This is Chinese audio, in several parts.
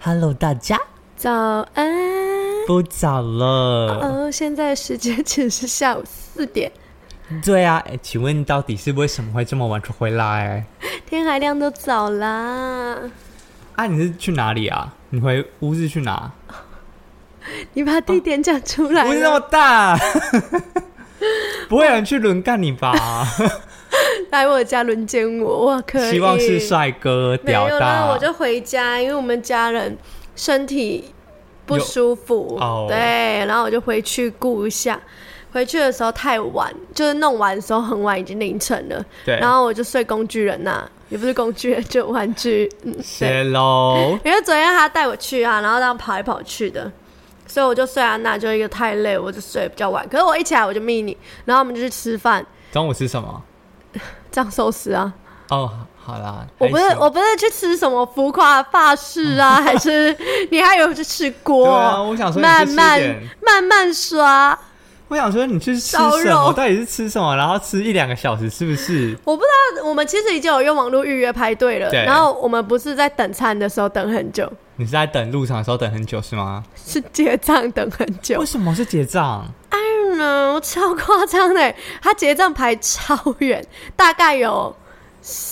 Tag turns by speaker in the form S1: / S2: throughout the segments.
S1: Hello，大家
S2: 早安
S1: 不早了。
S2: 哦，现在时间其实是下午四点，
S1: 对啊，哎，请问到底是为什么会这么晚才回来？
S2: 天还亮都早啦。
S1: 啊，你是去哪里啊？你回屋是去哪？
S2: 你把地点讲出来
S1: 屋子那
S2: 了，
S1: 么大， 不会有人去轮干你吧？
S2: 来我家轮奸我，我可以。
S1: 希望是帅哥
S2: 没
S1: 屌
S2: 有啦，
S1: 大
S2: 我。就回家，因为我们家人身体不舒服，
S1: 有哦
S2: 对，然后我就回去顾一下。回去的时候太晚，就是弄完的时候很晚，已经凌晨了。
S1: 对
S2: 然后我就睡工具人呐、也不是工具人，就玩具。嗯，对。
S1: 谢喽。
S2: 因为昨天他带我去啊，然后这样跑来跑去的，所以我就睡安娜，就一个太累，我就睡比较晚。可是我一起来我就密你，然后我们就去吃饭，
S1: 中午吃什么？
S2: 藏寿司啊。
S1: 哦，好啦。
S2: 我不是
S1: 还行
S2: 我不是去吃什么浮夸的法式啊，还是你还有去吃锅？
S1: 对啊我想说你去
S2: 慢
S1: 吃
S2: 慢
S1: 点
S2: 慢慢刷，
S1: 我想说你去吃
S2: 烧
S1: 什么？
S2: 肉
S1: 到底是吃什么？然后吃一两个小时是不是？
S2: 我不知道我们其实已经有用网络预约排队了，
S1: 对
S2: 然后我们不是在等餐的时候等很久，
S1: 你是在等入场的时候等很久是吗？
S2: 是结账等很久
S1: 为。什么是结账？
S2: 嗯，我超 夸张的，欸他结账排超远，大概有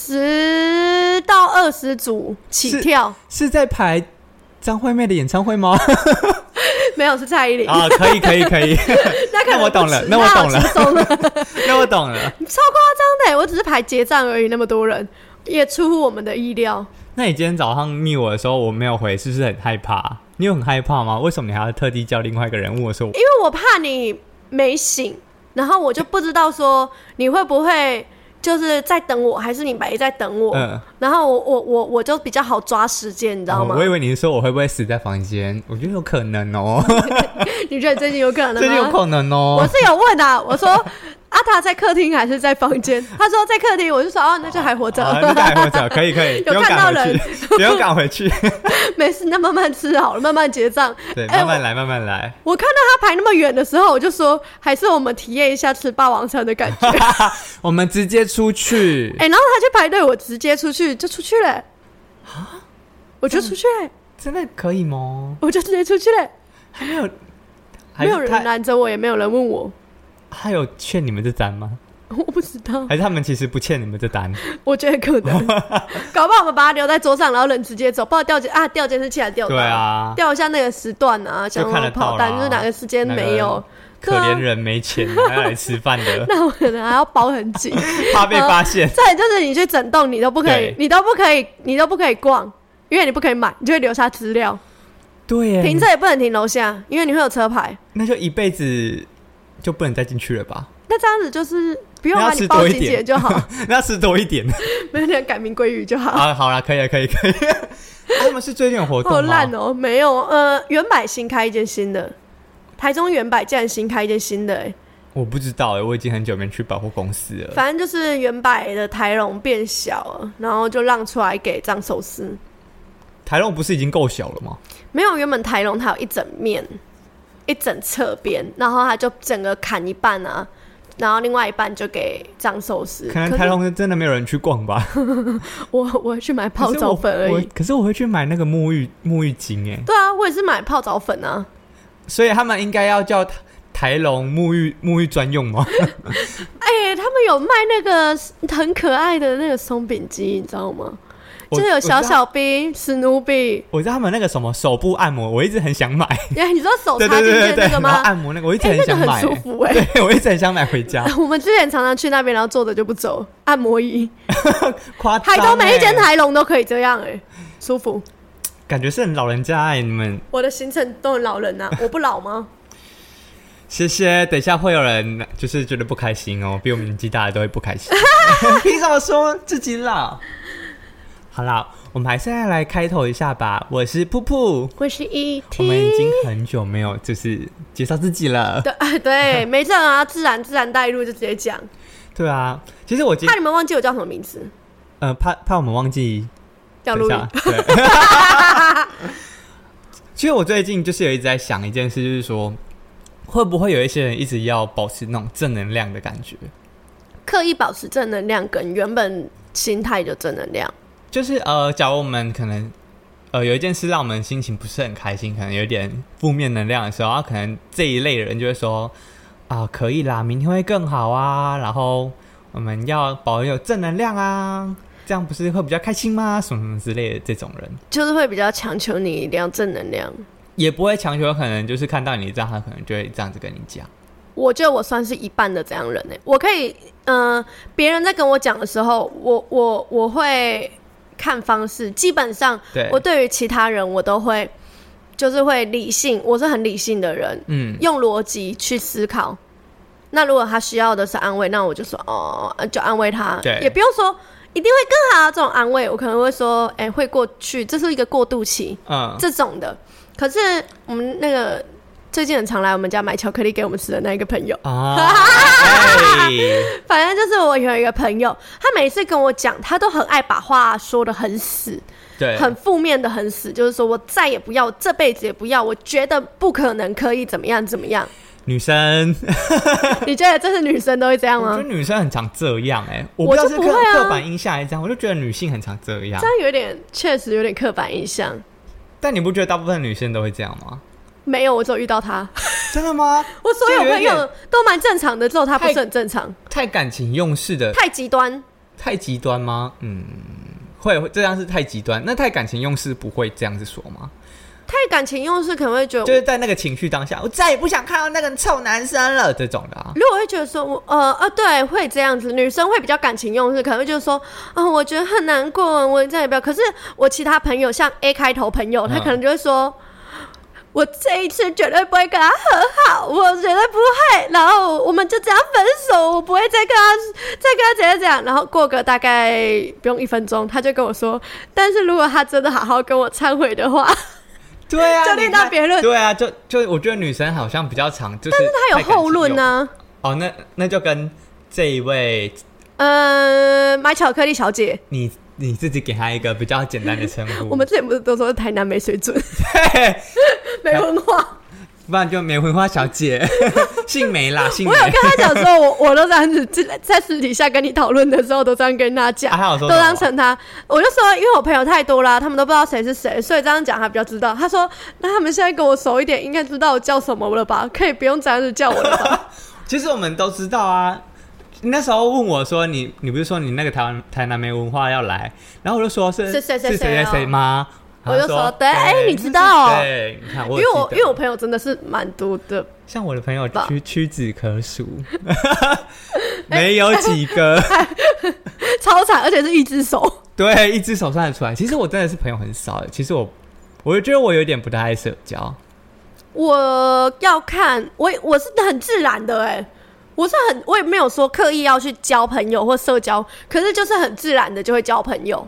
S2: 十到二十组起
S1: 是
S2: 跳，
S1: 是在排张惠妹的演唱会吗？
S2: 没有是蔡依林，
S1: 啊，可以可以可以，
S2: 那可
S1: 那
S2: 能
S1: 我
S2: 不
S1: 懂了
S2: 止
S1: 那我
S2: 好
S1: 懂了
S2: 轻松了。
S1: 那我懂了。
S2: 超夸张的，欸我只是排结账而已，那么多人也出乎我们的意料。
S1: 那你今天早上密我的时候我没有回，是不是很害怕？你有很害怕吗？为什么你还要特地叫另外一个人问我说我
S2: 因为我怕你没醒，然后我就不知道说你会不会就是在等我，还是你没在等我。
S1: 嗯
S2: 然后我我我我就比较好抓时间，你知道吗？
S1: 哦我以为你是说我会不会死在房间，我觉得有可能哦，
S2: 你觉得最近有可能吗？
S1: 这就有可能
S2: 我
S1: 哦。
S2: 是有问啊， 我说阿塔在客厅还是在房间？ 他说在客厅，我就说哦，那就还活着，
S1: 啊，那赶快回走，可以可以，
S2: 有
S1: 不用
S2: 看到
S1: 赶回去，不用赶回去，
S2: 没事，那慢慢吃好了，慢慢结账。
S1: 对，
S2: 哎
S1: 慢慢来，慢慢来。
S2: 我看到他排那么远的时候，我就说，还是我们体验一下吃霸王餐的感 觉。
S1: 我们直接出去，
S2: 哎、然后他去排队，我直接出去就出去了、
S1: 啊
S2: 我就出去了、
S1: 真的可以吗？
S2: 我就直接出去了、
S1: 还没有，还
S2: 没
S1: 是
S2: 有人
S1: 他
S2: 拦着我，也没有人问我，
S1: 他有欠你们这单吗？
S2: 我不知道，
S1: 还是他们其实不欠你们这单？
S2: 我觉得可 能，搞不好我们把它留在桌上，然后人直接走，不知道掉进啊掉监视器还掉到
S1: 对啊
S2: 掉一下那个时段啊，想
S1: 就看得
S2: 要跑单
S1: 到啦
S2: 就是哪个时间没有，
S1: 可
S2: 对啊，
S1: 怜人没钱还要来吃饭的
S2: 那我可能还要包很 紧。
S1: 怕被发现。
S2: 再来就是你去整栋，你都不可以
S1: 对，
S2: 你都不可以，你都不可以逛，因为你不可以买，你就会留下资料。
S1: 对耶，
S2: 停车也不能停楼下，因为你会有车牌。
S1: 那就一辈子就不能再进去了吧？
S2: 那这样子就是不用
S1: 那
S2: 把
S1: 要
S2: 你
S1: 吃
S2: 报
S1: 多一
S2: 警姐
S1: 点
S2: 就好，
S1: 那吃多 一点
S2: 没有人改名归于就好。
S1: 啊！好啦，可以了，可以，可以。啊他们是最近有活
S2: 好
S1: 动吗？
S2: 烂哦、没有，呃，原百新开一间新的，台中原百竟然新开一间新的、欸，
S1: 我不知道哎，我已经很久没去百货公司了。
S2: 反正就是原百的台龙变小了，然后就让出来给藏寿司。
S1: 台龙不是已经够小了吗？
S2: 没有，原本台龙它有一整面，一整侧边，然后它就整个砍一半啊，然后另外一半就给藏寿司。
S1: 可能
S2: 是
S1: 台龙真的没有人去 逛吧。
S2: 我我会去买泡
S1: 可是
S2: 澡
S1: 我
S2: 粉而
S1: 我
S2: 已。
S1: 可是我会去买那个沐浴沐浴巾哎，
S2: 对啊，我也是买泡澡粉啊。
S1: 所以他们应该要叫台台龙沐浴沐浴专用吗？
S2: 哎、他们有卖那个很可爱的那个松饼机，你知道吗？
S1: 我
S2: 就是有小。
S1: 我知道
S2: 小兵、史努比，
S1: 我知道他们那个什么手部按摩，我一直很想买。
S2: 哎，你知道手
S1: 对
S2: 插
S1: 对
S2: 进
S1: 对
S2: 去
S1: 对哦
S2: 的那
S1: 对，
S2: 个
S1: 然后
S2: 吗？
S1: 按摩那个，我一直
S2: 哎、
S1: 很
S2: 那个
S1: 想
S2: 很
S1: 买、
S2: 舒
S1: 欸。
S2: 服哎、
S1: 对，我一直很想买回家，
S2: 我们之前常常去那边，然后坐着就不走，按摩椅，
S1: 夸张、
S2: 台
S1: 欸。
S2: 中每一间台龙都可以这样哎、舒服。
S1: 感觉是很老人家哎、你们
S2: 我的行程都很老人 呐、我不老吗？
S1: 谢谢。等一下会有人就是觉得不开心哦，比我们年纪大的都会不开 心。凭什么说自己老？好啦，我们还是要来开头一下吧。我是 E 噗噗，
S2: 我是 ET，
S1: 我们已经很久没有就是介绍自己了。
S2: 对啊对，没事啊，自然自然带入就直接讲，
S1: 对啊，其实我今
S2: 怕你们忘记我叫什么名字，
S1: 呃怕怕我们忘记
S2: 叫
S1: 等
S2: 路
S1: 一
S2: 易。
S1: 下，对。 其实我最近就是有一直在想一件事，就是说，会不会有一些人一直要保持那种正能量的感觉？
S2: 刻意保持正能量跟原本心态就正能量，
S1: 就是呃，假如我们可能呃有一件事让我们心情不是很开心，可能有点负面能量的时候，啊，可能这一类人就会说啊，可以啦，明天会更好啊，然后我们要保有正能量啊，这样不是会比较开心吗？什么什么之类的这种人。
S2: 就是会比较强求你一定要正能量。
S1: 也不会强求，可能就是看到你这样，他可能就会这样子跟你讲。
S2: 我觉得我算是一半的这样人呢、欸我可以，嗯、别人在跟我讲的时候，我我我会看方式，基本上
S1: 对，
S2: 我对于其他人我都会就是会理性，我是很理性的人，
S1: 嗯，
S2: 用逻辑去思考。那如果他需要的是安慰，那我就说哦，呃就安慰他
S1: 对，
S2: 也不用说一定会更好啊这种安慰，我可能会说，哎、会过去，这是一个过渡期
S1: 嗯，
S2: 这种的。可是我们那个最近很常来我们家买巧克力给我们吃的那一个朋友，
S1: 啊，哎
S2: 反正就是我有一个朋友，他每次跟我讲，他都很爱把话说的很死，
S1: 对，
S2: 很负面的很死，就是说我再也不要，这辈子也不要，我觉得不可能可以怎么样怎么 样。
S1: 女生，
S2: 嗯你觉得这是女生都会这样
S1: 我
S2: 吗
S1: 觉得？女生很常这样哎、我不
S2: 我
S1: 知道
S2: 就是不
S1: 刻
S2: 会啊
S1: 刻板印象还是这样，我就觉得女性很常这样
S2: 这。样有点，确实有点刻板印象。
S1: 但你不觉得大部分女生都会这样吗？
S2: 没有，我只有遇到他，
S1: 真的 吗？
S2: 我所有
S1: 这有
S2: 朋
S1: 一点
S2: 友都蛮正常的，只有他不
S1: 太
S2: 是很正常，
S1: 太感情用事的
S2: 太极端。
S1: 太极端吗？嗯，会会这样是太极端。那太感情用事不会这样子说吗？
S2: 太感情用事可能会觉得，
S1: 就是在那个情绪当下，我再也不想看到那个臭男生了这种的啊。
S2: 如果会觉得说，我呃啊，对，会这样子，女生会比较感情用事，可能会就是说，啊、我觉得很难过，我再也不要。可是我其他朋友，像 A 开头朋友，他
S1: 嗯
S2: 可能就会说。我这一次绝对不会跟他和好，我绝对不会。然后我们就这样分手，我不会再跟他再跟他怎样怎样。然后过个大概不用一分钟，他就跟我说，但是如果他真的好好跟我忏悔的话，
S1: 对啊，
S2: 就
S1: 你
S2: 另当
S1: 看
S2: 别论
S1: 对啊，就就我觉得女生好像比较常，就是但是
S2: 他有后论、啊呢、
S1: 哦，那那就跟这一位
S2: 呃，买巧克力小姐，
S1: 你你自己给她一个比较简单的称 呼，
S2: 我们之前不是都说台南没 水准，
S1: 对，
S2: 没文化。
S1: 不然就梅文花小姐， 姓梅啦，姓
S2: 我
S1: 梅
S2: 有。跟他讲说，我我都这样子，在在私底下跟你讨论的时候，都这样跟他讲，
S1: 啊他有说
S2: 都
S1: 什么
S2: 当成他。我就说，因为我朋友太多啦，他们都不知道谁是谁，所以这样讲他比较知道。他说，那他们现在跟我熟一点，应该知道我叫什么了吧？可以不用这样子叫我了吧？
S1: 其实我们都知道啊。你那时候问我说你你不是说你那个台湾台南没文化要来，然后我就说是
S2: 是谁谁
S1: 是谁谁
S2: 谁哦
S1: 谁吗？
S2: 我
S1: 然后
S2: 就说对哎你知道哦
S1: 对，你看
S2: 因
S1: 我有
S2: 为我
S1: 记
S2: 因
S1: 得
S2: 为我朋友真的是蛮多的，
S1: 像我的朋友
S2: 吧
S1: 屈屈指 可数，没有几个。
S2: 哎超惨，而且是一只手。
S1: 对，一只手算得出来。其实我真的是朋友很少欸的。其实我，我觉得我有点不太爱社交。
S2: 我要看，我我是很自然的哎、我是很我也没有说刻意要去交朋友或社交，可是就是很自然的就会交朋友。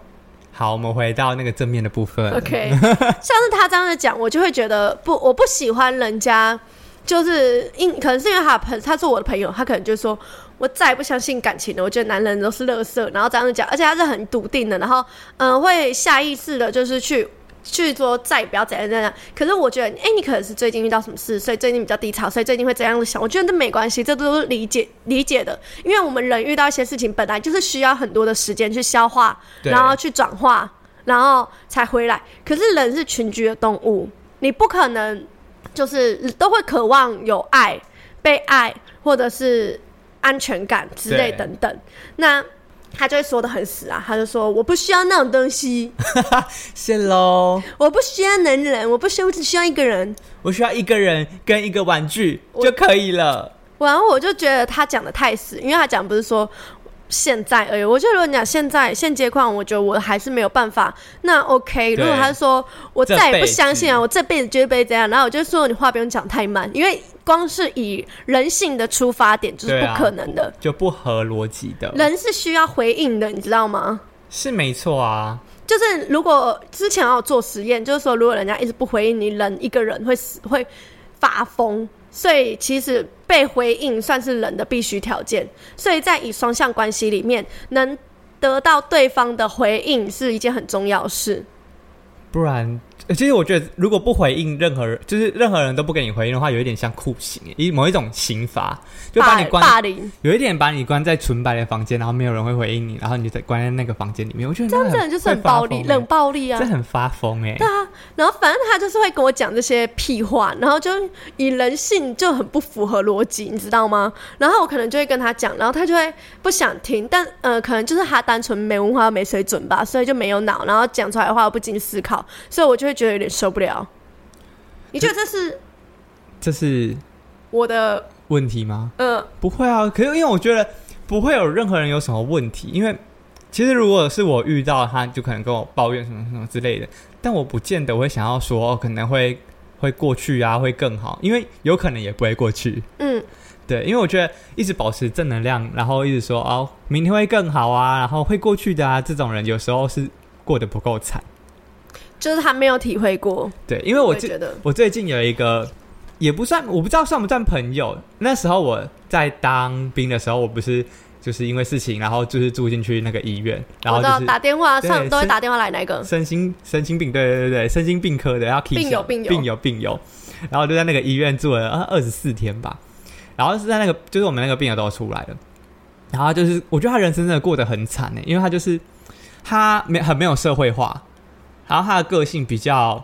S1: 好，我们回到那个正面的部分。
S2: OK，像是他这样子讲，我就会觉得不，我不喜欢人家，就是因可能是因为他的朋他是我的朋友，他可能就说我再也不相信感情了，我觉得男人都是垃圾，然后这样子讲，而且他是很笃定的，然后嗯、呃会下意识的就是去。去说再也不要怎样怎样，可是我觉得，哎、你可能是最近遇到什么事，所以最近比较低潮，所以最近会怎样想？我觉得这没关系，这都是理解理解的，因为我们人遇到一些事情，本来就是需要很多的时间去消化，
S1: 对
S2: 然后去转化，然后才回来。可是人是群居的动物，你不可能就是都会渴望有爱、被爱，或者是安全感之类
S1: 对
S2: 等等。那他就会说的很死啊，他就说我不需要那种东西，
S1: 谢喽，
S2: 我不需要能人，我不需要，我只需要一个人。
S1: 我需要一个人跟一个玩具
S2: 我
S1: 就可以了。
S2: 然后我就觉得他讲的太死，因为他讲不是说现在而已。我觉得如果你讲现在现阶段，我觉得我还是没有办法。那 OK，
S1: 对
S2: 如果他说我
S1: 这
S2: 再也
S1: 辈
S2: 不
S1: 子
S2: 相信啊，我这辈子绝对不会这样，然后我就说你话不用讲太慢，因为光是以人性的出发点就是
S1: 对
S2: 不
S1: 啊
S2: 可能的。
S1: 就不合逻辑的，
S2: 人是需要回应的，你知道吗？
S1: 是没错啊。
S2: 就是如果之前有做实验，就是说如果人家一直不回应你，人一个人会死会发疯，所以其实被回应算是人的必须条件。所以在以双向关系里面，能得到对方的回应是一件很重要的事。
S1: 不然呃其实我觉得，如果不回应任何人，就是任何人都不给你回应的话，有一点像酷刑，以某一种刑罚，就把
S2: 霸
S1: 你关，
S2: 霸凌，
S1: 有一点把你关在纯白的房间，然后没有人会回应你，然后你就关在那个房间里面。我觉得
S2: 这
S1: 那
S2: 样
S1: 很
S2: 真的就是
S1: 会
S2: 很
S1: 发
S2: 暴力，
S1: 疯欸
S2: 冷暴力啊
S1: 这。很发疯哎、
S2: 对啊，然后反正他就是会跟我讲这些屁话，然后就以人性就很不符合逻辑，你知道吗？然后我可能就会跟他讲，然后他就会不想听，但呃，可能就是他单纯没文化、没水准吧，所以就没有脑，然后讲出来的话不经思考，所以我就会觉得有点受不了。你觉得这是
S1: 这是
S2: 我的
S1: 问题吗？
S2: 呃
S1: 不会啊，可是因为我觉得不会有任何人有什么问题，因为其实如果是我遇到他，就可能跟我抱怨什么什么之类的，但我不见得会想要说、哦、可能会会过去啊，会更好，因为有可能也不会过去。
S2: 嗯，
S1: 对，因为我觉得一直保持正能量，然后一直说哦，明天会更好啊，然后会过去的啊，这种人有时候是过得不够惨。
S2: 就是他没有体会过，
S1: 对，因为我
S2: 也
S1: 记
S2: 觉得
S1: 我最近有一个，也不算，我不知道算不算朋友。那时候我在当兵的时候，我不是就是因为事情，然后就是住进去那个医院，然
S2: 我
S1: 后
S2: 知道
S1: 就是
S2: 打电话
S1: 对
S2: 上都会
S1: 是
S2: 打电话来那个，
S1: 身心身心病，对对对对，身心病科的，然后 Kiss
S2: 病友病友
S1: 病友病友，然后就在那个医院住了呃二十四天吧，然后是在那个就是我们那个病友都出来了，然后就是我觉得他人生真的过得很惨欸呢，因为他就是他没很没有社会化，然后他的个性比较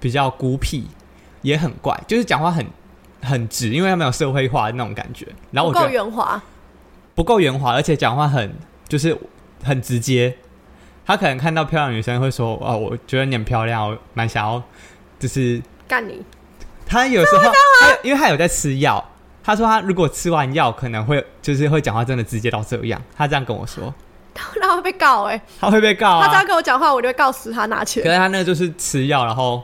S1: 比较孤僻，也很怪，就是讲话很很直，因为他没有社会化的那种感觉，然后
S2: 不
S1: 我
S2: 够
S1: 觉得
S2: 圆滑，
S1: 不够圆滑，而且讲话很就是很直接。他可能看到漂亮女生会说：“哦，我觉得你很漂亮，我蛮想要。”就是
S2: 干你
S1: 他有时候，
S2: 啊
S1: 他因为他有在吃药，他说他如果吃完药可能会就是会讲话真的直接到这样。他这样跟我说，
S2: 那会被告哎、
S1: 他会被告
S2: 他只要
S1: 啊。
S2: 跟我讲话，我就会告死他拿
S1: 可
S2: 钱，
S1: 是他那个就是吃药，然后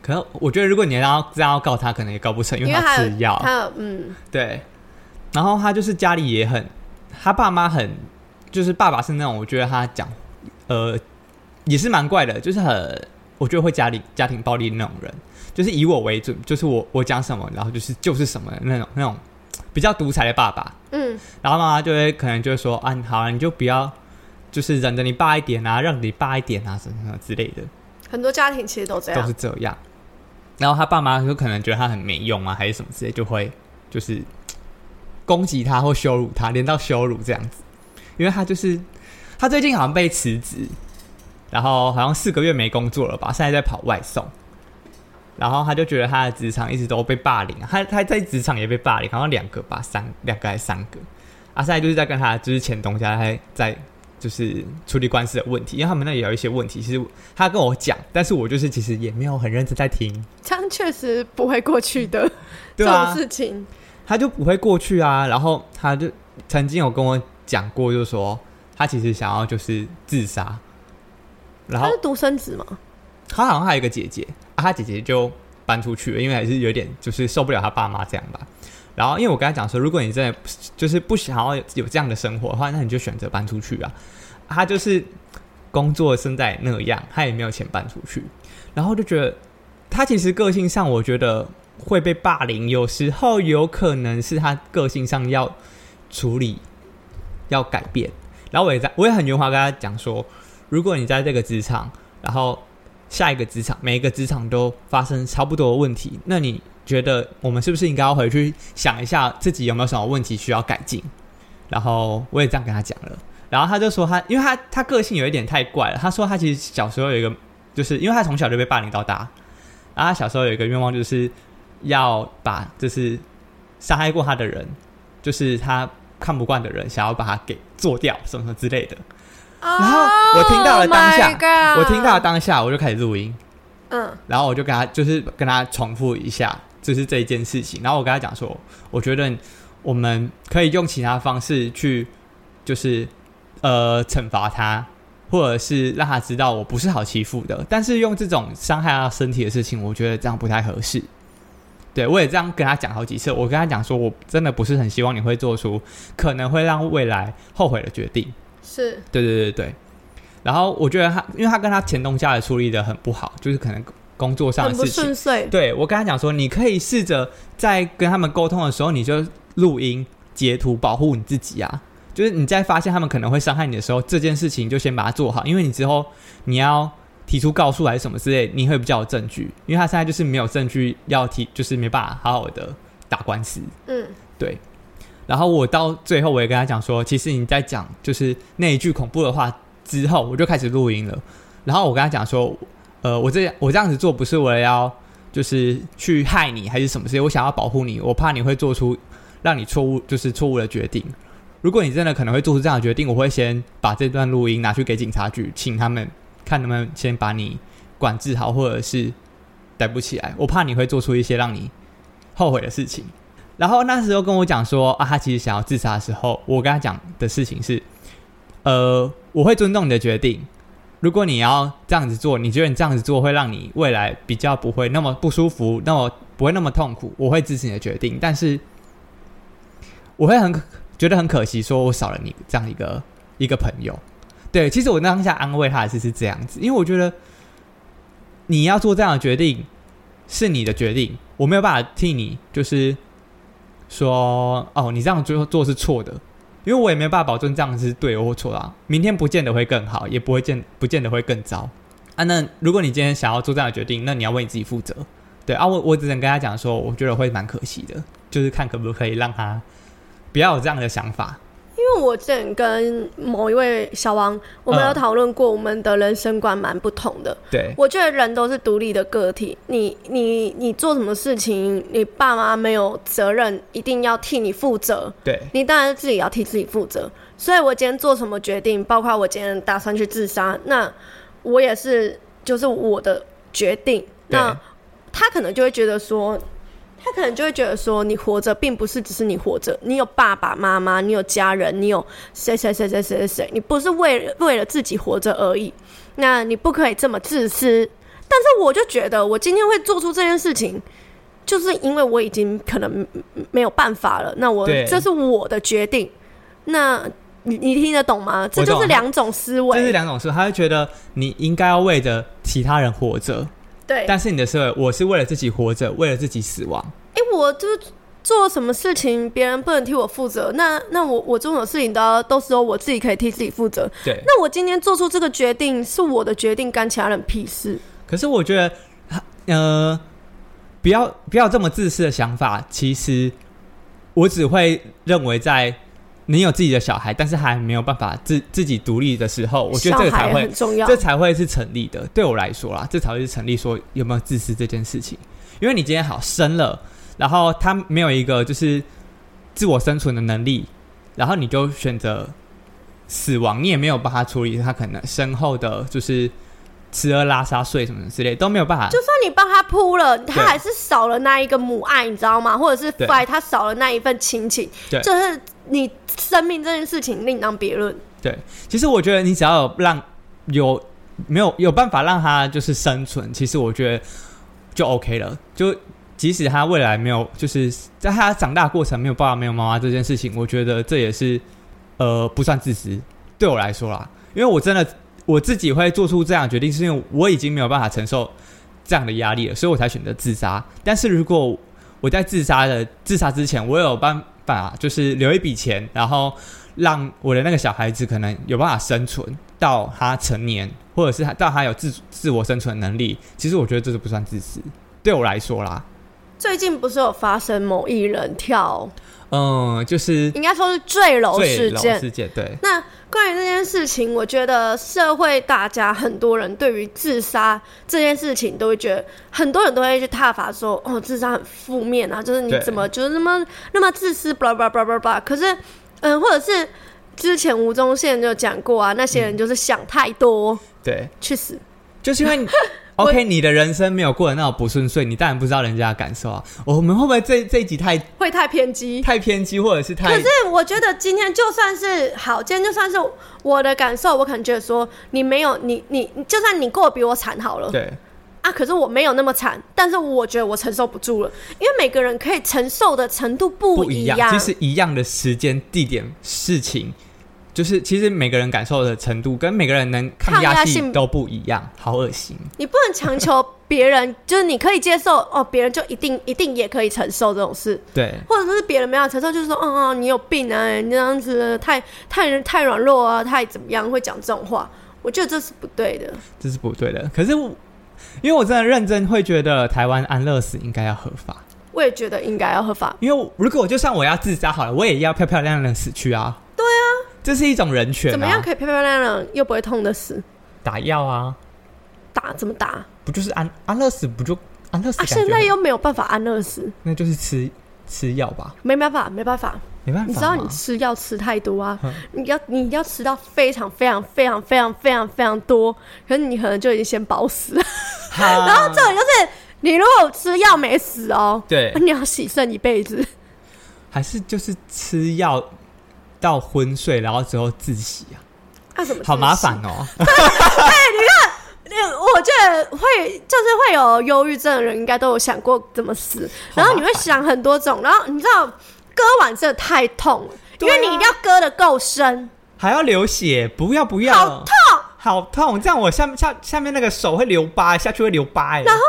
S1: 可能我觉得如果你要这样要告他，可能也告不成，因
S2: 因
S1: 为
S2: 为他
S1: 他
S2: 有
S1: 吃药。
S2: 他有嗯，
S1: 对，然后他就是家里也很，他爸妈很，就是爸爸是那种我觉得他讲，呃，也是蛮怪的，就是很，我觉得会家里家庭暴力的那种人，就是以我为准，就是我我讲什么，然后就是就是什么的那种那种比较独裁的爸爸，
S2: 嗯，
S1: 然后妈妈就会可能就会说啊，好啊，你就不要。就是忍着你爸一点啊，让你爸一点啊，什么什么之类的，
S2: 很多家庭其实都这
S1: 都
S2: 样
S1: 是，这样。然后他爸妈就可能觉得他很没用啊，还是什么之类，就会就是嘖攻击他或羞辱他，连到羞辱这样子。因为他就是他最近好像被辞职，然后好像四个月没工作了吧，现在在跑外送。然后他就觉得他的职场一直都被霸凌，啊他他在职场也被霸凌，好像两个吧，三两个还是三个。啊，现在就是在跟他就是前东家还在就是处理官司的问题，因为他们那里有一些问题，其实他跟我讲，但是我就是其实也没有很认真在听，
S2: 这样确实不会过去的、这
S1: 对
S2: 种
S1: 啊，
S2: 事情，
S1: 他就不会过去啊。然后他就曾经有跟我讲过，就是说他其实想要就是自杀，然
S2: 他
S1: 后
S2: 是独生子嘛，
S1: 他好像还有一个姐姐，啊、他姐姐就搬出去了，因为还是有点就是受不了他爸妈这样吧。然后因为我跟他讲说，如果你真的就是不想要有这样的生活的话，那你就选择搬出去啊。他就是工作现在那样，他也没有钱搬出去，然后就觉得他其实个性上，我觉得会被霸凌，有时候有可能是他个性上要处理、要改变。然后我也在，我也很圆滑跟他讲说，如果你在这个职场，然后下一个职场，每一个职场都发生差不多的问题，那你觉得我们是不是应该要回去想一下自己有没有什么问题需要改进？然后我也这样跟他讲了，然后他就说他，因为他他个性有一点太怪了，他说他其实小时候有一个，就是因为他从小就被霸凌到大，然后他小时候有一个愿望就是要把就是伤害过他的人，就是他看不惯的人，想要把他给做掉什么什么之类的。
S2: 然
S1: 后我听到了当
S2: Oh
S1: 下我听到
S2: 当，
S1: 当下我就开始录音，
S2: 嗯，
S1: 然后我就跟他就是跟他重复一下，就是这一件事情。然后我跟他讲说，我觉得我们可以用其他方式去，就是呃惩罚他，或者是让他知道我不是好欺负的。但是用这种伤害他身体的事情，我觉得这样不太合适。对，我也这样跟他讲好几次。我跟他讲说，我真的不是很希望你会做出可能会让未来后悔的决定。
S2: 是
S1: 对对对对。然后我觉得他，因为他跟他前东家也处理的很不好，就是可能工作上
S2: 很
S1: 的
S2: 不
S1: 事情。
S2: 顺遂，
S1: 对我跟他讲说，你可以试着在跟他们沟通的时候，你就录音截图保护你自己啊。就是你在发现他们可能会伤害你的时候，这件事情就先把它做好，因为你之后你要提出告诉还是什么之类，你会比较有证据，因为他现在就是没有证据要提，就是没办法好好的打官司。
S2: 嗯，
S1: 对。然后我到最后我也跟他讲说，其实你在讲就是那一句恐怖的话之后，我就开始录音了。然后我跟他讲说，呃，我这我这样子做不是为了要就是去害你还是什么事，我想要保护你，我怕你会做出让你错误就是错误的决定。如果你真的可能会做出这样的决定，我会先把这段录音拿去给警察局，请他们看能不能先把你管制好，或者是逮捕起来。我怕你会做出一些让你后悔的事情。然后那时候跟我讲说啊，他其实想要自杀的时候，我跟他讲的事情是，呃，我会尊重你的决定。如果你要这样子做，你觉得你这样子做会让你未来比较不会那么不舒服，那么不会那么痛苦，我会支持你的决定。但是我会很可觉得很可惜，说我少了你这样一个一个朋友。对，其实我当下安慰他的是是这样子，因为我觉得你要做这样的决定是你的决定，我没有办法替你就是说哦，你这样做做是错的，因为我也没有办法保证这样是对或错啦。明天不见得会更好，也不会见不见得会更糟啊。那如果你今天想要做这样的决定，那你要为你自己负责。对啊，我我只能跟他讲说，我觉得会蛮可惜的，就是看可不可以让他不要有这样的想法。
S2: 因为我之前跟某一位小王，我们有
S1: 嗯
S2: 讨论过，我们的人生观蛮不同的。
S1: 对，
S2: 我觉得人都是独立的个体，你你你做什么事情，你爸妈没有责任，一定要替你负责。
S1: 对，
S2: 你当然自己要替自己负责。所以我今天做什么决定，包括我今天打算去自杀，那我也是就是我的决定。
S1: 对
S2: 那他可能就会觉得说，他可能就会觉得说，你活着并不是只是你活着，你有爸爸妈妈，你有家人，你有谁谁谁谁谁谁谁，你不是为了为了自己活着而已。那你不可以这么自私。但是我就觉得，我今天会做出这件事情，就是因为我已经可能没有办法了。那我
S1: 对
S2: 这是我的决定。那你你听得懂吗？这
S1: 我懂
S2: 就是两种思
S1: 这是
S2: 维。
S1: 两种事。他会觉得你应该要为着其他人活着，
S2: 对，哎、
S1: 但是你的思维，我是为了自己活着，为了自己死亡。
S2: 哎我就是做什么事情，别人不能替我负责。那那我我做什么事情都要都是说我自己可以替自己负责。
S1: 对，
S2: 那我今天做出这个决定是我的决定，干其他人屁事。
S1: 可是我觉得，呃，不要不要这么自私的想法。其实我只会认为，在你有自己的小孩，但是还没有办法自自己独立的时候，我觉得这个
S2: 小孩
S1: 才会
S2: 很重要
S1: 这。才会是成立的。对我来说啦，这才会是成立说有没有自私这件事情。因为你今天好生了，然后他没有一个就是自我生存的能力，然后你就选择死亡，你也没有帮他处理他可能身后的就是吃喝拉撒睡什么之类都没有办法。
S2: 就算你帮他铺了，他
S1: 对
S2: 还是少了那一个母爱，你知道吗？或者是
S1: 对
S2: 爱，他少了那一份亲情。
S1: 对
S2: 就是你生命这件事情另当别论。
S1: 其实我觉得你只要有让有没有有办法让他就是生存，其实我觉得就 OK 了。就即使他未来没有，就是在他长大过程没有爸爸没有妈妈这件事情，我觉得这也是呃不算自私，对我来说啦，因为我真的我自己会做出这样的决定，是因为我已经没有办法承受这样的压力了，所以我才选择自杀。但是如果我在自杀的自杀之前，我有办法就是留一笔钱，然后让我的那个小孩子可能有办法生存到他成年，或者是他到他有自自我生存能力，其实我觉得这是不算自私，对我来说啦。
S2: 最近不是有发生某艺人跳，
S1: 嗯，就是
S2: 应该说是坠楼
S1: 坠
S2: 事
S1: 楼
S2: 件。
S1: 事件，对
S2: 那关于这件事情，我觉得社会大家很多人对于自杀这件事情都会觉得，很多人都会去挞伐说，哦，自杀很负面啊，就是你
S1: 对
S2: 怎么就是那么那么自私，blah blah blah blah blah。可是，嗯，或者是之前吴宗宪就讲过啊，那些
S1: 嗯
S2: 人就是想太多，
S1: 对，
S2: 去死。
S1: 就是因 为你 OK，你的人生没有过得那么不顺遂，你当然不知道人家的感受啊。我们会不会这这一集太
S2: 会太偏激，
S1: 太偏激，或者是
S2: 可
S1: 太
S2: 是我觉得今天就算是好，今天就算是我的感受，我可能觉得说你没有你你，你就算你过得比我惨好了
S1: 对？
S2: 啊，可是我没有那么惨，但是我觉得我承受不住了，因为每个人可以承受的程度不
S1: 不
S2: 一
S1: 一
S2: 样。
S1: 样，其实一样的时间、地点、事情，就是其实每个人感受的程度跟每个人能抗
S2: 抗压
S1: 压
S2: 性
S1: 性都不一样，好恶心。
S2: 你不能强求别人， 就是你可以接受哦，别人就一定一定也可以承受这种事。
S1: 对
S2: 或者是别人没有承受，就是说，嗯嗯，你有病啊，你这样子太太太软弱啊，太怎么样，会讲这种话。我觉得这是不对的。
S1: 这是不对的。可是我，因为我真的认真会觉得台湾安乐死应该要合法，
S2: 我也觉得应该要合法，
S1: 因为我如果我就算我要自杀好了，我也要漂漂亮亮的死去啊。对啊，这是一种人权、啊。
S2: 怎么样可以漂漂亮亮又不会痛的死？
S1: 打药啊？
S2: 打怎么打啊？
S1: 不就是安安乐死不就安乐死感觉吗？
S2: 现在又没有办法安乐死，
S1: 那就是吃吃药吧，
S2: 没办法，没办法。
S1: 没办法嘛。
S2: 你知道你吃药吃太多 啊
S1: 嗯，
S2: 你要你要吃到非常非常非常非常非常非常多，可是你可能就已经先饱死了。
S1: 然
S2: 然后这里就是你如果吃药没死哦，
S1: 对
S2: 你要洗肾一辈子。
S1: 还是就是吃药到昏睡，然后之后自洗啊，
S2: 那、怎么
S1: 好
S2: 吃
S1: 麻烦哦。
S2: 那我觉得会就是会有忧郁症的人，应该都有想过怎么死，
S1: 好麻烦
S2: 然后你会想很多种，然后你知道割腕真的太痛了，因
S1: 对啊
S2: 为你一定要割的够深，
S1: 还要流血，不要不要，
S2: 好痛，
S1: 好痛！这样我下下下面那个手会留疤，下去会留疤哎、
S2: 然后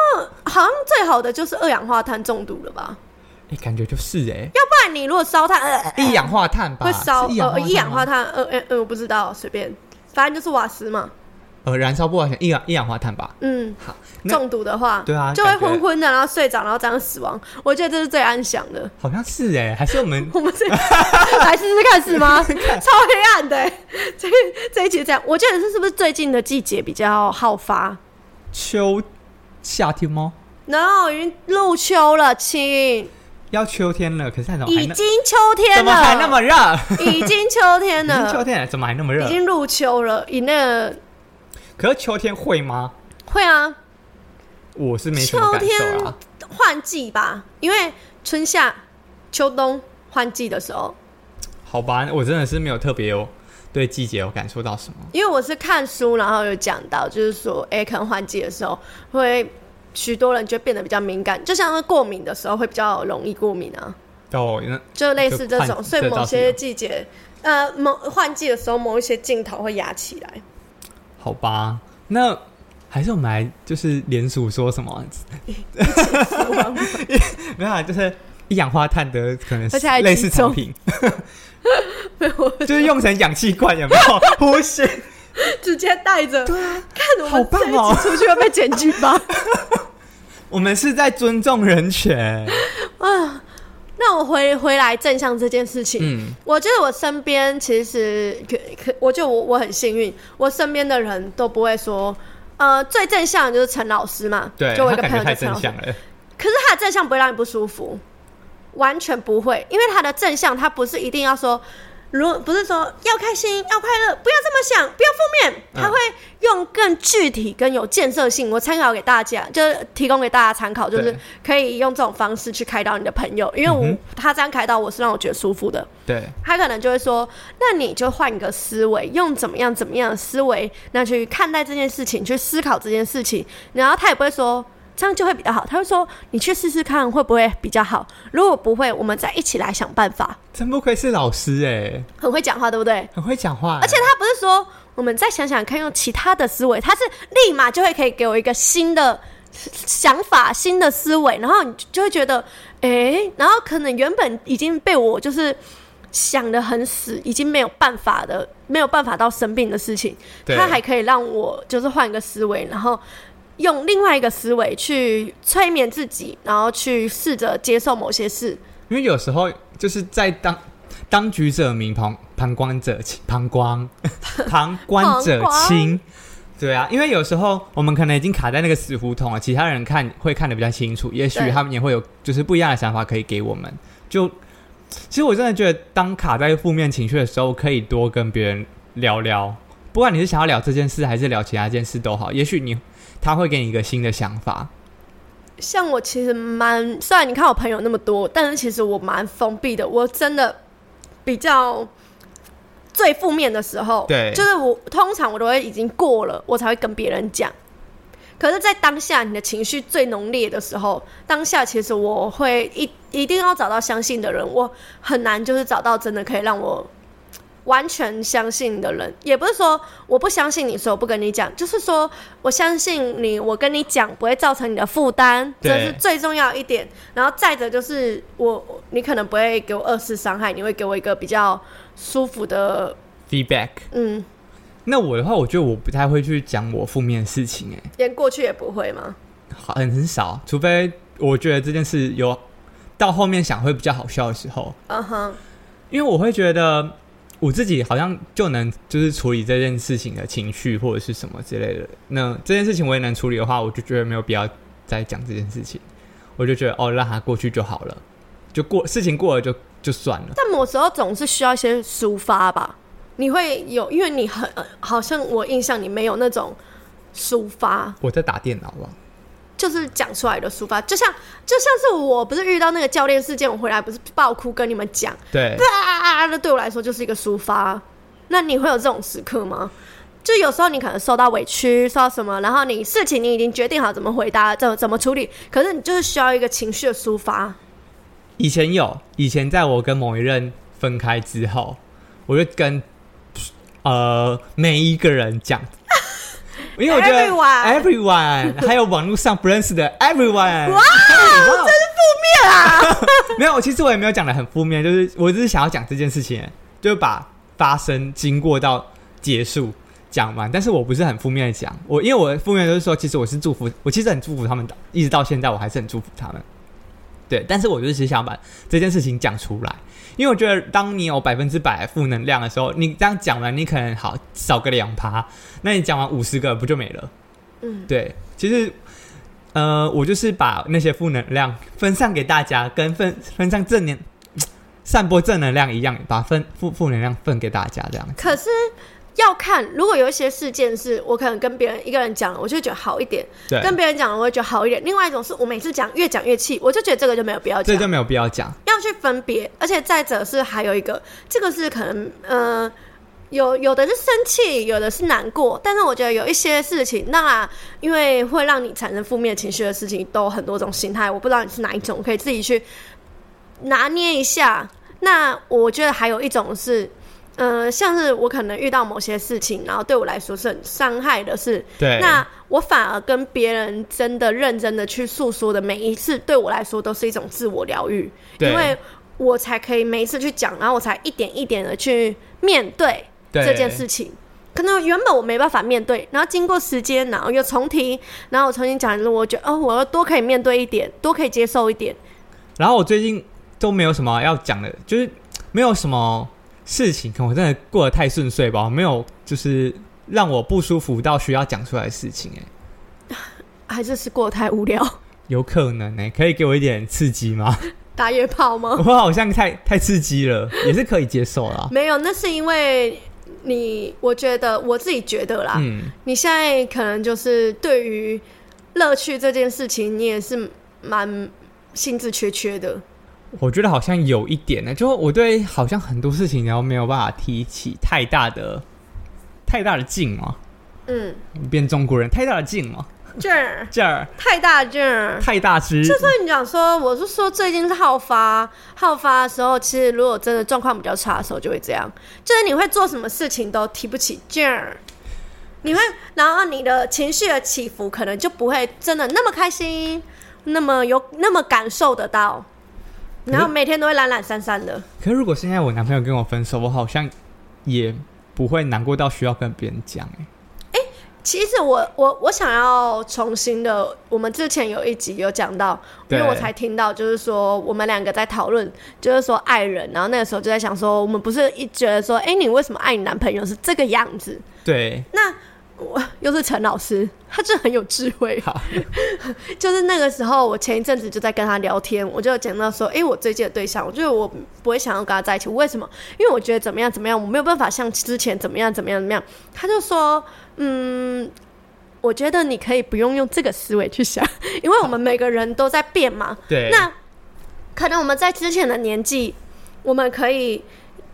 S2: 好像最好的就是二氧化碳中毒了吧？
S1: 哎、感觉就是哎、
S2: 要不然你如果烧炭，呃、
S1: 一氧化碳吧，
S2: 会烧
S1: 是一氧
S2: 呃一氧化
S1: 碳吗，
S2: 碳，呃呃呃，我不知道，随便，反正就是瓦斯嘛，
S1: 呃，燃烧不完全一氧一氧化碳吧。
S2: 嗯，
S1: 好，那
S2: 中毒的话，
S1: 对啊
S2: 就会
S1: 感觉
S2: 昏昏的，然后睡着，然后这样死亡，我觉得这是最安详的。
S1: 好像是哎、还是我们
S2: 我们这来试试看是吗？超黑暗的欸、这这一集这样，我觉得是是不是最近的季节比较好发？
S1: 秋夏天吗？
S2: 然后已经入秋了，亲，
S1: 要秋天了，可是还怎么哦还
S2: 已
S1: 那
S2: 经秋天
S1: 怎么
S2: 了，
S1: 还那么热？
S2: 已经秋天
S1: 已经秋
S2: 了，
S1: 天了，怎么还那么
S2: 已
S1: 热？
S2: 经入秋了，以那个
S1: 可是秋天会吗？
S2: 会啊，
S1: 我是没什么感受啊。
S2: 换季吧，因为春夏秋冬换季的时候，
S1: 好吧，我真的是没有特别有对季节有感受到什么。
S2: 因为我是看书，然后有讲到，就是说，哎、可能换季的时候会许多人就变得比较敏感，就像是过敏的时候会比较容易过敏啊，
S1: 哦，那
S2: 就类似这
S1: 就
S2: 种。
S1: 换
S2: 所以
S1: 这
S2: 某
S1: 倒是
S2: 些
S1: 有
S2: 季节，呃，某换季的时候，某一些镜头会压起来。
S1: 好吧，那还是我们来就是联署说什么？ 没有、啊，就是一氧化碳的可能
S2: 而且还
S1: 类似产品，
S2: 没有，我
S1: 就是用成氧气罐有 没有？呼吸，
S2: 直接带着。对啊，看我
S1: 好
S2: 们
S1: 棒
S2: 这一
S1: 哦
S2: 集出去会被检举 吧？
S1: 我们是在尊重人权。
S2: 啊，那我回回来正向这件事情，
S1: 嗯，
S2: 我觉得我身边其实可可，我就我我很幸运，我身边的人都不会说，呃，最正向的就是陈老师嘛，
S1: 对，
S2: 就我一
S1: 他
S2: 个
S1: 感
S2: 朋
S1: 觉
S2: 友
S1: 太
S2: 叫陈
S1: 正
S2: 老师
S1: 向，了。
S2: 可是他的正向不会让你不舒服，完全不会，因为他的正向他不是一定要说。如不是说要开心要快乐，不要这么想，不要负面，
S1: 嗯
S2: 他会用更具体、更有建设性，我参考给大家，就是提供给大家参考，就是
S1: 对
S2: 可以用这种方式去开导你的朋友，因为我、
S1: 嗯哼
S2: 他这样开导我是让我觉得舒服的。
S1: 对，
S2: 他可能就会说，那你就换个思维，用怎么样怎么样的思维，那去看待这件事情，去思考这件事情。然后他也不会说这样就会比较好，他会说你去试试看会不会比较好。如果不会，我们再一起来想办法。
S1: 真不愧是老师哎、
S2: 很会讲话，对不对？
S1: 很会讲话欸、
S2: 而且他不是说我们再想想看，用其他的思维，他是立马就会可以给我一个新的想法、新的思维，然后你就会觉得，诶，然后可能原本已经被我就是想的很死，已经没有办法的，没有办法到生病的事情，
S1: 对
S2: 他还可以让我就是换一个思维，然后。用另外一个思维去催眠自己，然后去试着接受某些事，
S1: 因为有时候就是在当当局者迷，旁旁观者清，旁观旁观者清。对啊，因为有时候我们可能已经卡在那个死胡同了，其他人看会看得比较清楚，也许
S2: 对
S1: 他们也会有就是不一样的想法可以给我们。就其实我真的觉得，当卡在负面情绪的时候，可以多跟别人聊聊，不管你是想要聊这件事，还是聊其他件事都好，也许你他会给你一个新的想法。
S2: 像我其实蛮，虽然你看我朋友那么多，但是其实我蛮封闭的。我真的比较最负面的时候，
S1: 对
S2: 就是我通常我都会已经过了，我才会跟别人讲。可是，在当下你的情绪最浓烈的时候，当下其实我会一一定要找到相信的人，我很难就是找到真的可以让我完全相信的人，也不是说我不相信你，所以我不跟你讲，就是说我相信你，我跟你讲不会造成你的负担，
S1: 对
S2: 这是最重要一点。然后再者就是我，我你可能不会给我二次伤害，你会给我一个比较舒服的，
S1: Feedback，
S2: 嗯，
S1: 那我的话，我觉得我不太会去讲我负面的事情、欸，
S2: 连过去也不会吗？
S1: 好，很很少，除非我觉得这件事有到后面想会比较好笑的时候，
S2: 嗯哼，
S1: 因为我会觉得我自己好像就能就是处理这件事情的情绪或者是什么之类的。那这件事情我也能处理的话，我就觉得没有必要再讲这件事情，我就觉得哦，让它过去就好了，就过事情过了就就算了。
S2: 但某时候总是需要一些抒发吧。你会有，因为你很呃好像我印象里没有那种抒发，
S1: 我在打电脑了，
S2: 就是讲出来的抒发，就像就像是我不是遇到那个教练事件，我回来不是爆哭跟你们讲，
S1: 对，
S2: 啊，那对我来说就是一个抒发。那你会有这种时刻吗？就有时候你可能受到委屈，受到什么，然后你事情你已经决定好怎么回答，怎么怎么处理，可是你就是需要一个情绪的抒发。
S1: 以前有，以前在我跟某一任分开之后，我就跟呃每一个人 讲，因为我觉得
S2: Everyone
S1: everyone 还有网络上不认识的 everyone，
S2: 哇，
S1: 嘿
S2: 真是负面啊！
S1: 没有，其实我也没有讲的很负面，就是我只是想要讲这件事情，就是把发生经过到结束讲完，但是我不是很负面的讲，我因为我负面就是说，其实我是祝福，我其实很祝福他们的，一直到现在我还是很祝福他们。对，但是我就是只想把这件事情讲出来，因为我觉得当你有百分之百负能量的时候，你这样讲完，你可能好少个两趴，那你讲完五十个不就没了？
S2: 嗯，
S1: 对，其实呃，我就是把那些负能量分散给大家，跟分分散正能，散播正能量一样，把分负负能量分给大家这样。
S2: 可是要看，如果有一些事件是我可能跟别人一个人讲了，我就觉得好一点；
S1: 对，
S2: 跟别人讲了，我会觉得好一点。另外一种是我每次讲越讲越气，我就觉得这个就没有必要
S1: 这
S2: 讲，
S1: 就没有必要讲。
S2: 要去分别。而且再者是还有一个，这个是可能呃。有有的是生气，有的是难过，但是我觉得有一些事情，当然，因为会让你产生负面情绪的事情，都有很多种心态，我不知道你是哪一种，可以自己去拿捏一下。那我觉得还有一种是，呃，像是我可能遇到某些事情，然后对我来说是很伤害的事，
S1: 对，
S2: 那我反而跟别人真的认真的去诉说的每一次，对我来说都是一种自我疗愈，
S1: 对
S2: 因为我才可以每一次去讲，然后我才一点一点的去面对
S1: 对
S2: 这件事情。可能原本我没办法面对，然后经过时间，然后又重提，然后我重新讲一次，我觉得哦，我要多可以面对一点，多可以接受一点。
S1: 然后我最近都没有什么要讲的，就是没有什么事情，可能我真的过得太顺遂吧，没有就是让我不舒服到需要讲出来的事情、欸，
S2: 啊还是是过得太无聊，
S1: 有可能哎、可以给我一点刺激吗？
S2: 打野炮吗
S1: 我？好像太太刺激了，也是可以接受啦。
S2: 没有，那是因为你，我觉得我自己觉得啦，
S1: 嗯，
S2: 你现在可能就是对于乐趣这件事情，你也是蛮兴致缺缺的。
S1: 我觉得好像有一点呢，就我对好像很多事情然后没有办法提起太大的太大的劲嘛，
S2: 嗯，
S1: 变中国人太大的劲嘛，
S2: 劲儿
S1: 这儿
S2: 太大劲儿。
S1: 太大之，
S2: 所以你讲说，我是说最近是好发，好发的时候，其实如果真的状况比较差的时候，就会这样，就是你会做什么事情都提不起劲儿，你会，然后你的情绪的起伏可能就不会真的那么开心，那么有那么感受得到，然后每天都会懒懒散散的。
S1: 可是如果现在我男朋友跟我分手，我好像也不会难过到需要跟别人讲哎、
S2: 其实我我我想要重新的，我们之前有一集有讲到，因
S1: 对
S2: 为我才听到，就是说我们两个在讨论，就是说爱人，然后那个时候就在想说，我们不是一觉得说，哎、你为什么爱你男朋友是这个样子？
S1: 对，
S2: 那我又是陈老师，他真的很有智慧。
S1: 好，
S2: 就是那个时候，我前一阵子就在跟他聊天，我就有讲到说，哎、我最近的对象，我觉得我不会想要跟他在一起，为什么？因为我觉得怎么样怎么样，我没有办法像之前怎么样怎么样怎么样。他就说，嗯，我觉得你可以不用用这个思维去想，因为我们每个人都在变嘛。
S1: 对，
S2: 那可能我们在之前的年纪，我们可以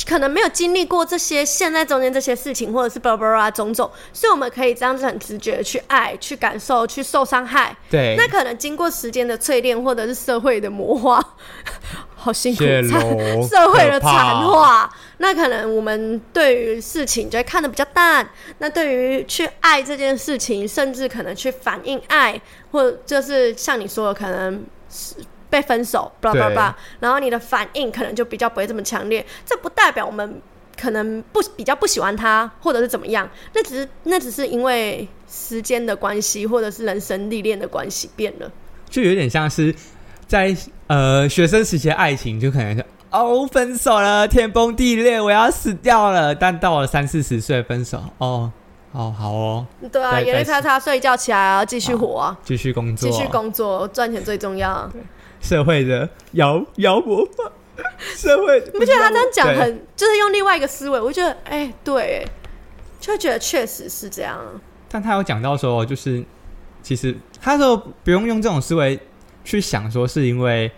S2: 可能没有经历过这些现在中间这些事情，或者是 blah blah blah 种种，所以我们可以这样子很直觉的去爱、去感受、去受伤害。
S1: 对，
S2: 那可能经过时间的淬炼，或者是社会的磨化， 好辛苦，
S1: 谢
S2: 惨
S1: 喽
S2: 社会的
S1: 可怕
S2: 残化。那可能我们对于事情就会看得比较淡，那对于去爱这件事情，甚至可能去反应爱，或者就是像你说的，可能是被分手，blah blah
S1: 对
S2: blah，然后你的反应可能就比较不会这么强烈。这不代表我们。可能不比较不喜欢他，或者是怎么样，那只是那只是因为时间的关系，或者是人生历练的关系变了。
S1: 就有点像是在呃学生时期的爱情，就可能是哦分手了，天崩地裂，我要死掉了。但到了三四十岁分手，哦，哦好哦，
S2: 对啊，
S1: 对
S2: 眼泪
S1: 但
S2: 啪嚓，睡觉起来啊，继续活啊，
S1: 继续工作，
S2: 继续工作，赚钱最重要。
S1: 社会的摇摇魔法， 社会
S2: 你不觉得他这样讲
S1: 对
S2: 很，就是用另外一个思维，我就觉得，哎、对，哎就会觉得确实是这样啊。
S1: 但他有讲到说，就是其实他说不用用这种思维去想，说是因为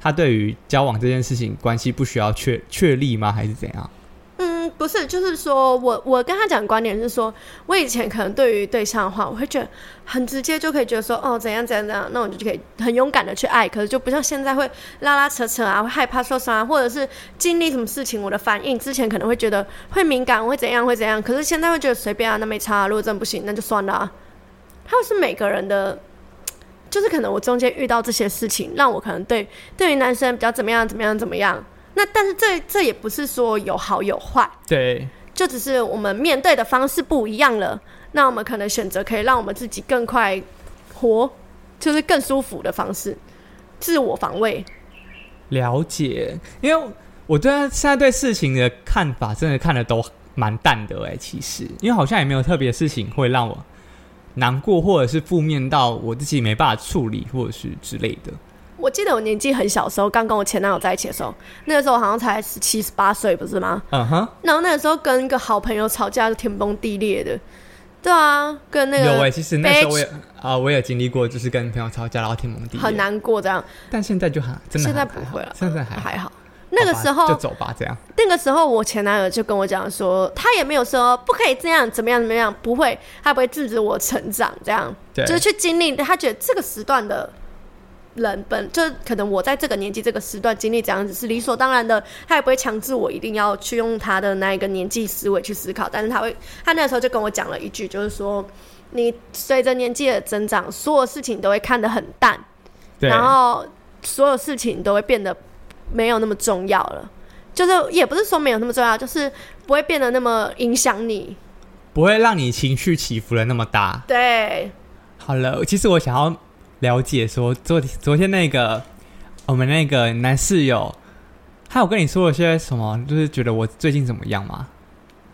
S1: 他对于交往这件事情关系不需要确确立吗？还是怎样？
S2: 嗯，不是，就是说我我跟他讲的观点是说，我以前可能对于对象的话，我会觉得很直接就可以觉得说，哦，怎样怎样怎样，那我就可以很勇敢的去爱，可是就不像现在会拉拉扯扯啊，会害怕受伤啊，或者是经历什么事情，我的反应之前可能会觉得会敏感，会怎样会怎样，可是现在会觉得随便啊，那没差啊、如果真的不行，那就算了、啊。还有是每个人的。就是可能我中间遇到这些事情，让我可能对对于男生比较怎么样怎么样怎么样。那但是这这也不是说有好有坏，
S1: 对，
S2: 就只是我们面对的方式不一样了。那我们可能选择可以让我们自己更快活，就是更舒服的方式，自我防卫。
S1: 了解，因为我对他现在对事情的看法，真的看的都蛮淡的哎、其实，因为好像也没有特别事情会让我难过，或者是负面到我自己没办法处理，或者是之类的。
S2: 我记得我年纪很小的时候，刚跟我前男友在一起的时候，那个时候我好像才十七、十八岁，不是吗？
S1: 嗯哼，
S2: 然后那个时候跟一个好朋友吵架，就天崩地裂的。对啊，跟那
S1: 有哎、
S2: 个
S1: 其实那时候我也啊、我也经历过，就是跟朋友吵架，然后天崩地裂，
S2: 很难过这样。
S1: 但现在就还真的
S2: 现在
S1: 还
S2: 不会了，
S1: 现在还好
S2: 还好。那个
S1: 好吧
S2: 时候
S1: 就走吧，这样
S2: 那个时候，我前男友就跟我讲说，他也没有说不可以这样，怎么样怎么样，不会，他不会制止我成长，这样
S1: 对
S2: 就是去经历。他觉得这个时段的人本，就是可能我在这个年纪、这个时段经历这样子是理所当然的，他也不会强制我一定要去用他的那一个年纪思维去思考。但是他会，他那时候就跟我讲了一句，就是说，你随着年纪的增长，所有事情都会看得很淡，
S1: 对，
S2: 然后所有事情都会变得没有那么重要了。就是也不是说没有那么重要，就是不会变得那么影响你。
S1: 不会让你情绪起伏的那么大。
S2: 对，
S1: 好了，其实我想要了解说，昨昨天那个我们那个男室友，他有跟你说了些什么？就是觉得我最近怎么样吗？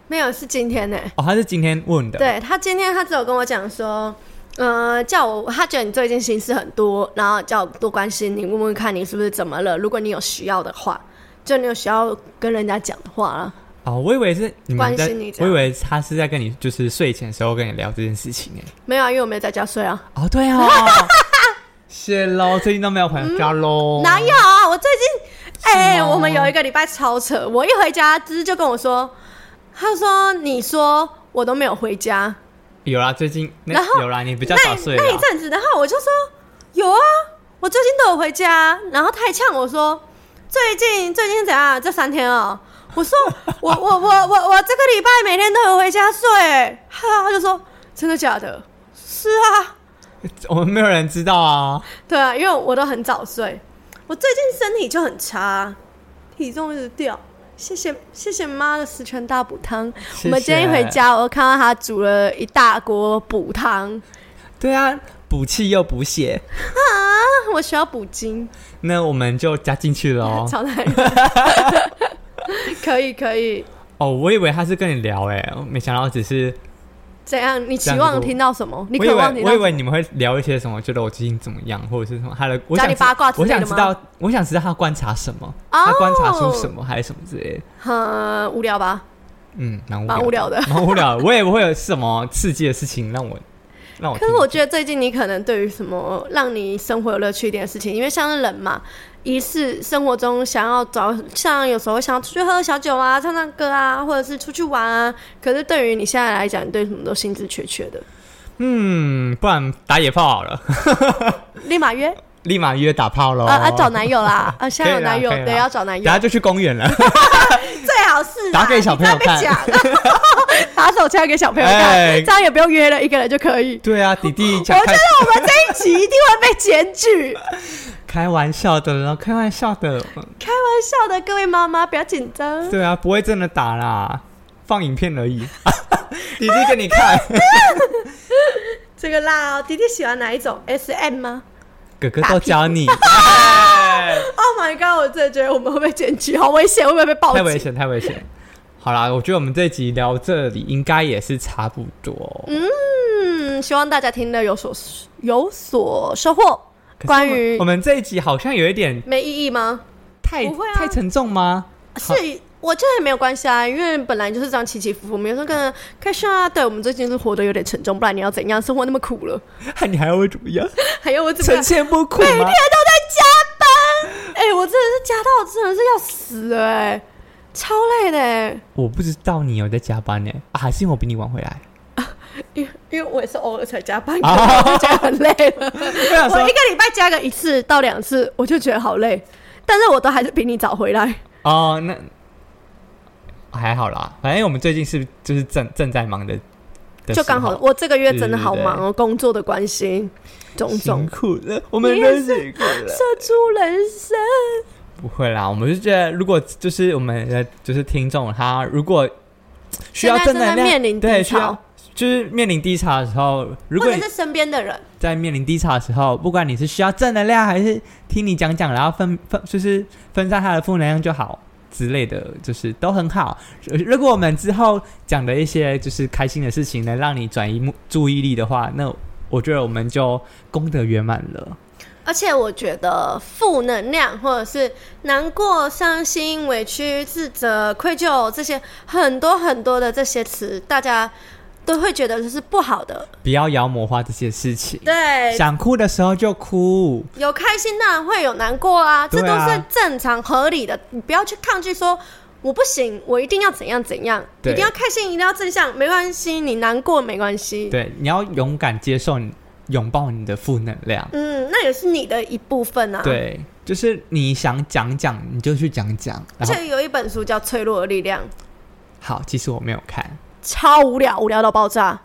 S2: 没有是今天呢、
S1: 哦，他是今天问的，
S2: 对他今天他只有跟我讲说，呃，叫我他觉得你最近心事很多，然后叫我多关心你，问问看你是不是怎么了。如果你有需要的话，就你有需要跟人家讲的话了。
S1: 哦，我以为是你们在，
S2: 关心你这
S1: 我以
S2: 样
S1: 为他是在跟你就是睡前的时候跟你聊这件事情 哎。
S2: 没有啊，因为我没有在家睡啊。
S1: 哦，对 哦，谢喽，最近都没有朋友家喽、
S2: 哪有啊？我最近，哎、
S1: 哦是吗
S2: 我们有一个礼拜超扯。我一回家，芝就跟我说，他说你说我都没有回家，
S1: 有啦，最近那
S2: 然后
S1: 有啦，你比较
S2: 那
S1: 早睡啊啦
S2: 那一阵子，然后我就说有啊，我最近都有回家。然后他还呛我说，最近最近怎样啊？这三天哦。我 说我我我我我这个礼拜每天都有回家睡，哈，他就说真的假的？是啊，
S1: 我们没有人知道啊。
S2: 对啊，因为我都很早睡，我最近身体就很差，体重一直掉。谢谢谢谢妈的十全大补汤。
S1: 谢
S2: 我们今天一回家，我看到她煮了一大锅补汤
S1: 对啊，补气又补血，
S2: 啊，我需要补精，
S1: 那我们就加进去了哦。
S2: 超难忍。 可以可以，
S1: 哦，我以为他是跟你聊哎、我没想到只是，
S2: 怎样？你期
S1: 这样子
S2: 望
S1: 不
S2: 听到什么？你
S1: 我以
S2: 渴望
S1: 为
S2: 听
S1: 我
S2: 到
S1: 以
S2: 什么？
S1: 为你们会聊一些什么，觉得我最近怎么样，或者是什么他的，我
S2: 家里
S1: 想知
S2: 八卦之
S1: 我
S2: 类的吗
S1: 想知道，我想知道他观察什么，
S2: 哦
S1: 他观察出什么还是什么之类的，
S2: 很无聊吧？
S1: 嗯，蛮无
S2: 蛮无聊的
S1: 蛮无聊的，我也不会有什么刺激的事情让我让我听。
S2: 可是我觉得最近你可能对于什么让你生活有乐趣一点的事情，因为像是人嘛，仪式生活中想要找，像有时候想要出去喝喝小酒啊、唱唱歌啊，或者是出去玩啊。可是对于你现在来讲，你对什么都兴致缺缺的，
S1: 嗯，不然打野炮好了，
S2: 立马约
S1: 立马约打炮喽。
S2: 啊啊找男友 啦啊，现在有
S1: 哦可以啦
S2: 男友
S1: 可以啦
S2: 对要找男
S1: 等
S2: 友
S1: 下，就去公园了。
S2: 最好是啦
S1: 打给小朋友
S2: 你不要被
S1: 看
S2: 讲，打什手掐给小朋友看，
S1: 哎
S2: 这样也不用约了，一个人就可以。
S1: 对啊，弟弟
S2: 我
S1: 讲
S2: 觉
S1: 开
S2: 得我们这一集一定会被检举，
S1: 开玩笑的啦，开玩笑的，
S2: 开玩笑的，各位妈妈不要紧张。
S1: 对啊，不会真的打啦，放影片而已。 弟弟给你看，
S2: 这个辣哦，弟弟喜欢哪一种？S M 吗
S1: 哥哥都教你，哎
S2: ？Oh my god！我真的觉得我们会被检举，好危险，会不会被报
S1: 太
S2: 警？
S1: 危险，太危险。好啦，我觉得我们这集聊这里应该也是差不多。
S2: 嗯，希望大家听了有所有所收获。
S1: 可是
S2: 关
S1: 我们
S2: 于
S1: 我们这一集好像有一点
S2: 没意义吗？
S1: 太、
S2: 不会啊
S1: 太沉重吗？
S2: 是，我觉得也没有关系啊，因为本来就是这样起起伏伏，没有说跟开心啊。对我们最近是活得有点沉重，不然你要怎样？生活那么苦了，
S1: 看你还要会怎么 样？
S2: 还有我怎么
S1: 呈
S2: 样
S1: 现不苦
S2: 每天啊都
S1: 吗？
S2: 在加班？哎、我真的是加到真的是要死了哎、超累的、哎
S1: 我不知道你有在加班呢、啊，还是因为我比你晚回来？
S2: 因为因为我也是偶尔才加班，可
S1: 啊
S2: 能我就觉得很累 了。
S1: 我想
S2: 我
S1: 说
S2: 一个礼拜加个一次到两次，我就觉得好累，但是我都还是比你早回来。
S1: 哦，那还好啦，反正我们最近是就是正正在忙的，的
S2: 就
S1: 时
S2: 刚好
S1: 候
S2: 我这个月真的好忙
S1: 对
S2: 哦，工作的关系，种
S1: 辛
S2: 种
S1: 苦了，我们
S2: 你
S1: 都
S2: 也是
S1: 辛苦了。
S2: 社畜人生。
S1: 不会啦，我们是觉得，如果就是我们的就是听众，他如果需要正
S2: 现在
S1: 能
S2: 正在
S1: 量，
S2: 面临低
S1: 对，需要
S2: 潮
S1: 就是面临低潮的时候，如
S2: 或
S1: 果
S2: 者
S1: 你
S2: 是身边的人，
S1: 在面临低潮的时候，不管你是需要正能量，还是听你讲讲，然后分分就是分散他的负能量就好之类的，就是都很好。如如果我们之后讲的一些就是开心的事情，能让你转移目注意力的话，那我觉得我们就功德圆满了。
S2: 而且我觉得负能量或者是难过、伤心、委屈、自责、愧疚这些很多很多的这些词，大家都会觉得这是不好的。
S1: 不要妖魔化这些事情，
S2: 对，
S1: 想哭的时候就哭。
S2: 有开心当然会有难过啊，这
S1: 对
S2: 都
S1: 啊
S2: 是正常合理的，你不要去抗拒说。我不行，我一定要怎样怎样，一
S1: 对
S2: 定要开心，一定要正向，没关系，你难过没关系。
S1: 对，你要勇敢接受你，拥抱你的负能量。
S2: 嗯，那也是你的一部分啊。，
S1: 对，就是你想讲讲，你就去讲讲。
S2: 而
S1: 然后
S2: 且有一本书叫《脆弱的力量》，
S1: 好，其实我没有看。
S2: 超无聊，无聊到爆炸，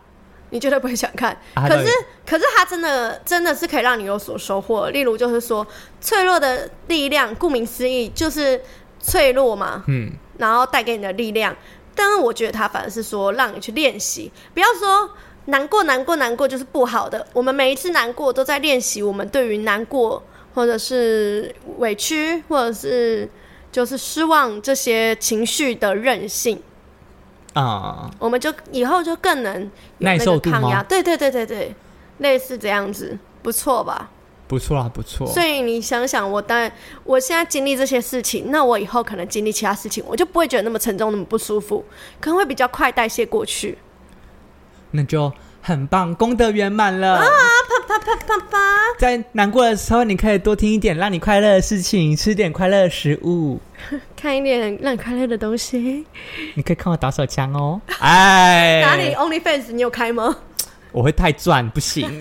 S2: 你绝对不会想看。
S1: 啊
S2: 可
S1: 对
S2: 是，可是它真的真的是可以让你有所收获。例如，就是说脆弱的力量，顾名思义就是脆弱嘛，
S1: 嗯，
S2: 然后带给你的力量。但是我觉得它反而是说让你去练习，不要说难过、难过、难过就是不好的。我们每一次难过都在练习我们对于难过或者是委屈或者是就是失望这些情绪的韧性。
S1: 啊、
S2: 我们就以后就更能有
S1: 耐
S2: 那
S1: 受
S2: 个
S1: 度
S2: 抗压，
S1: 吗？
S2: 对对对对对，类似这样子，不错吧？
S1: 不错啊啦，不错。
S2: 所以你想想，我当然我现在经历这些事情，那我以后可能经历其他事情，我就不会觉得那么沉重，那么不舒服，可能会比较快代谢过去。
S1: 那就很棒，功德圆满
S2: 啊
S1: 了。
S2: 啪啪啪啪，
S1: 在难过的时候，你可以多听一点让你快乐的事情，吃点快乐的食物。
S2: 看一点让你快乐的东西。
S1: 你可以看我打手枪 哦。哎，
S2: 哪里？OnlyFans 你有开 吗？
S1: 我会太赚，不行。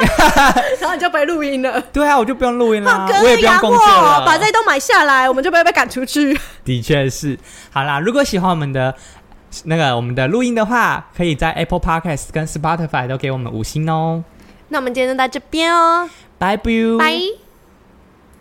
S2: 然后你就被录音了。
S1: 对啊，我就不用录音啦
S2: 浩哥，
S1: 我也不用
S2: 养
S1: 工作了
S2: 啊我，。把这都买下来，我们就不会被赶出 去。
S1: 的确是。好啦，如果喜欢我们的那个我们的录音的话，可以在 Apple Podcast 跟 Spotify 都给我们五星哦。
S2: 那我们今天就到这边哦，
S1: 拜拜。
S2: 拜。